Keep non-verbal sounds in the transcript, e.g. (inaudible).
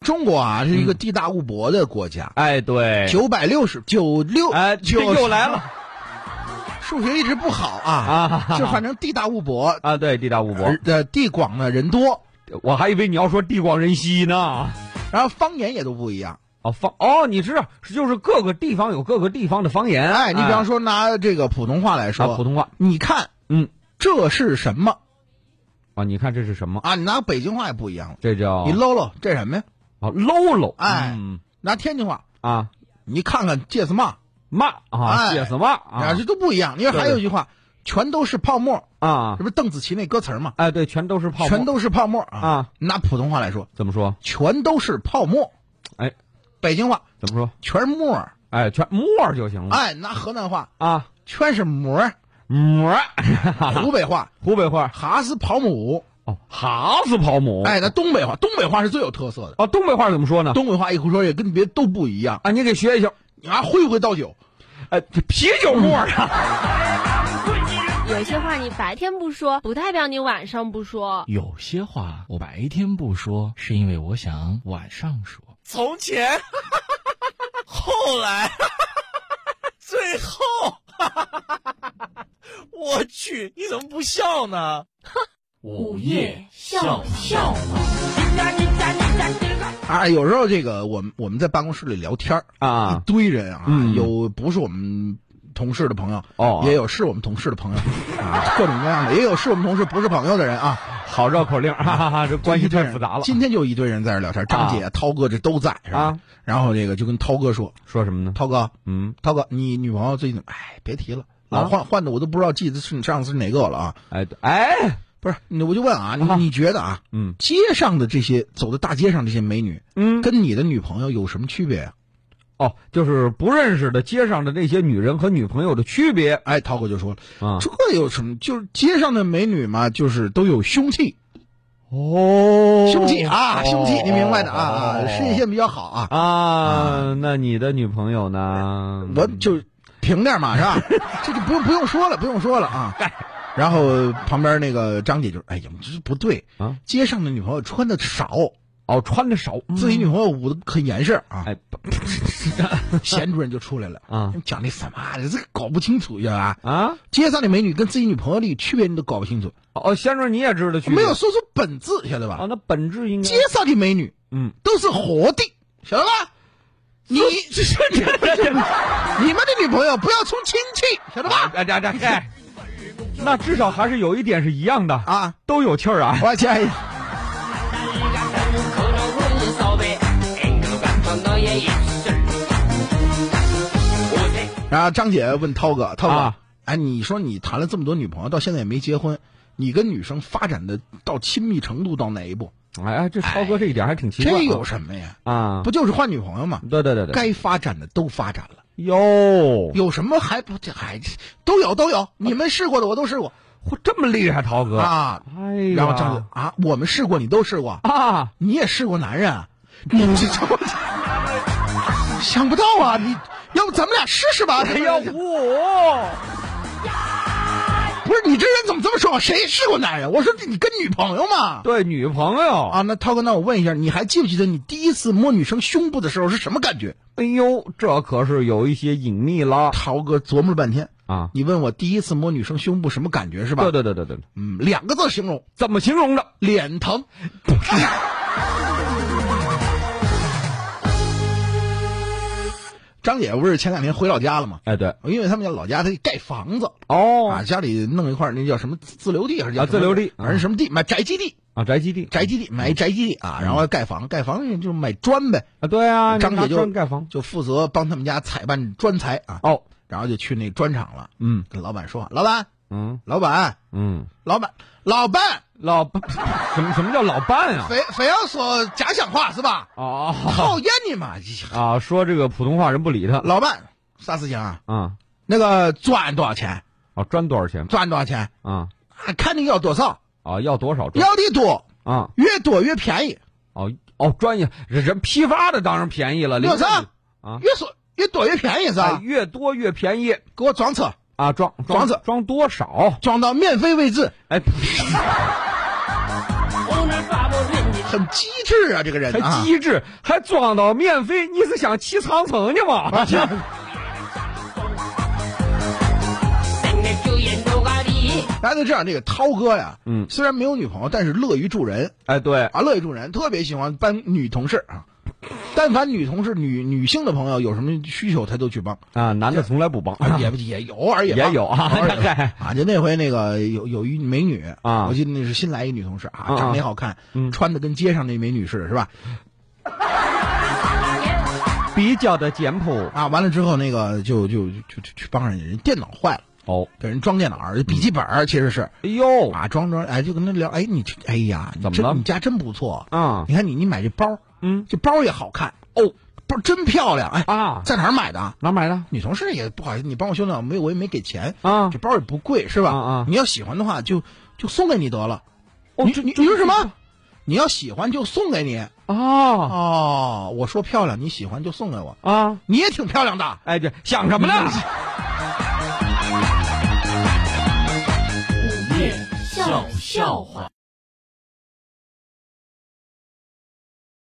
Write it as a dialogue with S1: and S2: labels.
S1: 中国啊是一个地大物博的国家，
S2: 哎，对，
S1: 九百六十九六
S2: 哎，这
S1: 九
S2: 又来了
S1: 数学一直不好啊，
S2: 啊
S1: 就反正地大物博，
S2: 啊！对，地大物博
S1: 而，呃地广呢人多，
S2: 我还以为你要说地广人稀呢。
S1: 然后方言也都不一样。
S2: 哦，方哦，你知道，就是各个地方有各个地方的方言。
S1: 哎，你比方
S2: 说
S1: 说拿这个普通话来
S2: 啊，普
S1: 说，
S2: 通话
S1: 你看，
S2: 嗯，
S1: 这是什么
S2: 啊，你看这是什么？
S1: 啊？你拿北京话也不一样了，
S2: 这叫
S1: 你喽喽，这什么呀？
S2: 啊喽喽，
S1: 哎
S2: 嗯
S1: 拿天津话，
S2: 啊
S1: 你看看这是嘛
S2: 骂啊，
S1: 哎
S2: 谢死骂
S1: 啊，
S2: 啊
S1: 这都不一样。因为
S2: 对
S1: 还有一句话，全都是泡沫，
S2: 啊
S1: 这不是邓紫棋那歌词儿嘛？
S2: 哎，对，全都是泡沫，
S1: 全都是泡沫啊！
S2: 啊，
S1: 拿普通话来说，
S2: 怎么说？
S1: 全都是泡沫。
S2: 哎，
S1: 北京话
S2: 怎么说？
S1: 全是沫儿，
S2: 哎，全沫儿就行了
S1: 哎，拿河南话
S2: 啊，
S1: 全是膜儿，
S2: 沫儿 (laughs)
S1: 湖北话
S2: 湖北话
S1: 哈斯跑姆，
S2: 哦，哈斯泡沫，
S1: 哎，那东北话，东北话是最有特色的。
S2: 哦，东北话怎么说呢？
S1: 东北话一胡说也跟别的都不一样，
S2: 啊，你给学一学，
S1: 你还会不会倒酒？
S2: 哎，这啤酒沫儿啊，
S3: 有些话你白天不说，不代表你晚上不说。
S4: 有些话我白天不说，是因为我想晚上说。
S5: 从前， (laughs) 后来， (laughs) 最后， (laughs) 我去，你怎么不笑呢？
S4: 午夜笑笑话，
S1: 啊，有时候这个我们我们在办公室里聊天儿一
S2: 啊
S1: 堆人啊，
S2: 嗯
S1: 有不是我们同事的朋友，
S2: 哦
S1: 也有是我们同事的朋友，啊，各种各样的，也有是我们同事不是朋友的人啊，
S2: 好绕口令，哈
S1: (laughs)
S2: 哈哈，这 (laughs) 关系太复杂了。
S1: 今天就一堆人在这聊天，张姐、啊涛哥这都在是吧？
S2: 啊
S1: 然后这个就跟涛哥说
S2: 说什么呢：“？
S1: 涛哥，
S2: 嗯，
S1: 涛哥，你女朋友最近怎么……哎，别提了，老
S2: 啊
S1: 换、换的我都不知道记得是上次是哪个了啊。
S2: 哎哎，
S1: 不是，你我就问啊，你
S2: 啊
S1: 你觉得啊，
S2: 嗯
S1: 街上的这些走在大街上这些美女，
S2: 嗯，
S1: 跟你的女朋友有什么区别啊？
S2: 哦，就是不认识的街上的那些女人和女朋友的区别
S1: 哎，涛哥就说了，
S2: 啊。
S1: 这有什么？就是街上的美女嘛，就是都有凶器，
S2: 哦
S1: 凶器啊，凶器，你明白的啊啊，
S2: 哦
S1: 事业线比较好啊。
S2: 啊，那你的女朋友呢？
S1: 我就停点嘛，是吧？这就不用不用说了，不用说了啊。
S2: 哎
S1: 然后旁边那个张姐就哎呀，这不对
S2: 啊！
S1: 街上的女朋友穿的少，
S2: 哦，穿的少，嗯
S1: 自己女朋友捂得很严实啊。
S2: 哎不嗯
S1: (laughs) 贤主任就出来了
S2: 啊
S1: 你们讲的什么啊？你这个搞不清楚呀！
S2: 啊
S1: 街上的美女跟自己女朋友的区别你都搞不清楚，
S2: 哦，先生你也知道区别
S1: 没有说出本质，晓得
S2: 啊？
S1: 吧？
S2: 那本质应该
S1: 街上的美女
S2: 嗯，
S1: 都是活的，晓得吧？你 (laughs) 你们的女朋友不要充亲戚，晓得吧？
S2: 哎这这这，那至少还是有一点是一样的，
S1: 啊，
S2: 都有气儿啊。
S1: 我去。然后张姐问涛哥，涛哥，
S2: 啊
S1: 哎，你说你谈了这么多女朋友，到现在也没结婚，你跟女生发展的到亲密程度到哪一步？
S2: 哎哎，这超哥这一点还挺奇怪啊。
S1: 哎这有什么呀？
S2: 啊？
S1: 不就是换女朋友吗？
S2: 对对对对，
S1: 该发展的都发展了，
S2: 哟，
S1: 有什么还不这还都有都有，你们试过的我都试过
S2: 嚯，这么厉害，涛哥！
S1: 啊。
S2: 哎呀，
S1: 然后张姐啊，我们试过，你都试过，
S2: 啊，
S1: 你也试过男人啊？你这这我 (laughs) 想不到啊！你要不咱们俩试试吧？
S2: (laughs) 哎
S1: (laughs)
S2: 呀，我
S1: 不是你这人怎么这么说？谁试过男人？我说你跟女朋友嘛。
S2: 对女朋友，
S1: 啊，那涛哥，那我问一下，你还记不记得你第一次摸女生胸部的时候是什么感觉？
S2: 哎呦，这可是有一些隐秘了
S1: 涛哥琢磨了半天，
S2: 啊！
S1: 你问我第一次摸女生胸部什么感觉是吧？
S2: 对对对对对，
S1: 嗯，两个字形容，
S2: 怎么形容的？
S1: 脸疼。 (laughs) 张姐不是前两天回老家了吗？
S2: 哎，对，
S1: 因为他们家老家他盖房子啊，
S2: 哦
S1: 家里弄一块儿那叫什么自自留地还是叫
S2: 啊嗯
S1: 什么
S2: 自留地
S1: 反正什么地买宅基地，
S2: 啊，宅基地，
S1: 宅基地买一宅基地啊，然后盖房，盖房就买砖呗，
S2: 啊，对啊，
S1: 张姐
S2: 你拿
S1: 就
S2: 砖盖房，
S1: 就负责帮他们家采办砖材啊，
S2: 哦，
S1: 然后就去那砖厂了，
S2: 嗯
S1: 跟老板说，老板，
S2: 嗯
S1: 老板，
S2: 嗯，
S1: 老板，老板，
S2: 老伴，什么什么叫老伴啊？
S1: 非非要说假想话是
S2: (laughs)
S1: 吧？
S2: 哦
S1: 讨厌你嘛！哎呀
S2: 啊，说这个普通话人不理他
S1: 老板，啥事情啊？
S2: 啊
S1: 那个砖多少钱？
S2: 啊，砖多少钱
S1: 砖多少钱？
S2: 啊？
S1: 啊，看你要多少，
S2: 啊，要多少砖
S1: 要的多，
S2: 啊？
S1: 越多越便宜，
S2: 哦哦，专业人批发的当然便宜了，
S1: 六三
S2: 零啊
S1: 越说越多越便宜是
S2: 啊，
S1: 吧？
S2: 越多越便宜
S1: 给我装车，
S2: 啊，装
S1: 装着
S2: 装多少？
S1: 装到免费为止。
S2: 哎，
S1: 很机智啊，这个人
S2: 还
S1: 啊，
S2: 机智，还撞到免费，你是想骑长城去吗？
S1: 啊这 (laughs) 大家都知道，这个涛哥呀，
S2: 嗯
S1: 虽然没有女朋友，但是乐于助人
S2: 哎，对，
S1: 啊，乐于助人，特别喜欢帮女同事啊。但凡女同事、女女性的朋友有什么需求，他都去帮，
S2: 啊，男的从来不帮，
S1: 啊也不也有偶尔也帮
S2: 也有啊
S1: 偶尔也帮 (laughs)
S2: 嗨
S1: 啊，就那回那个有有一美女
S2: 啊
S1: 我记得那是新来一女同事啊，
S2: 啊
S1: 长得也好看，
S2: 嗯
S1: 穿的跟街上那美女似的，是吧？
S2: 比较的简朴
S1: 啊，完了之后那个就就就就就去帮人家，人电脑坏了，
S2: 哦。
S1: 给人装电脑，笔记本儿其实是
S2: 哎呦，
S1: 啊装装，哎就跟他聊，哎你这哎呀，你
S2: 怎么
S1: 这
S2: 了
S1: 你家真不错，
S2: 啊
S1: 你看你你买这包，
S2: 嗯
S1: 这包也好看哦，包真漂亮，哎，
S2: 啊，
S1: 在哪儿买的啊？
S2: 哪买的？
S1: 女同事也不好意思，你帮我修电脑，没有我也没给钱
S2: 啊
S1: 这包也不贵是吧？
S2: 啊啊
S1: 你要喜欢的话就就送给你得了。
S2: 哦
S1: 你
S2: 这
S1: 你
S2: 这
S1: 你说什么？你要喜欢就送给你
S2: 啊
S1: 哦，我说漂亮，你喜欢就送给我，
S2: 啊！
S1: 你也挺漂亮的。
S2: 哎，这想什么
S1: 嗯
S2: 呢？
S3: 笑笑话。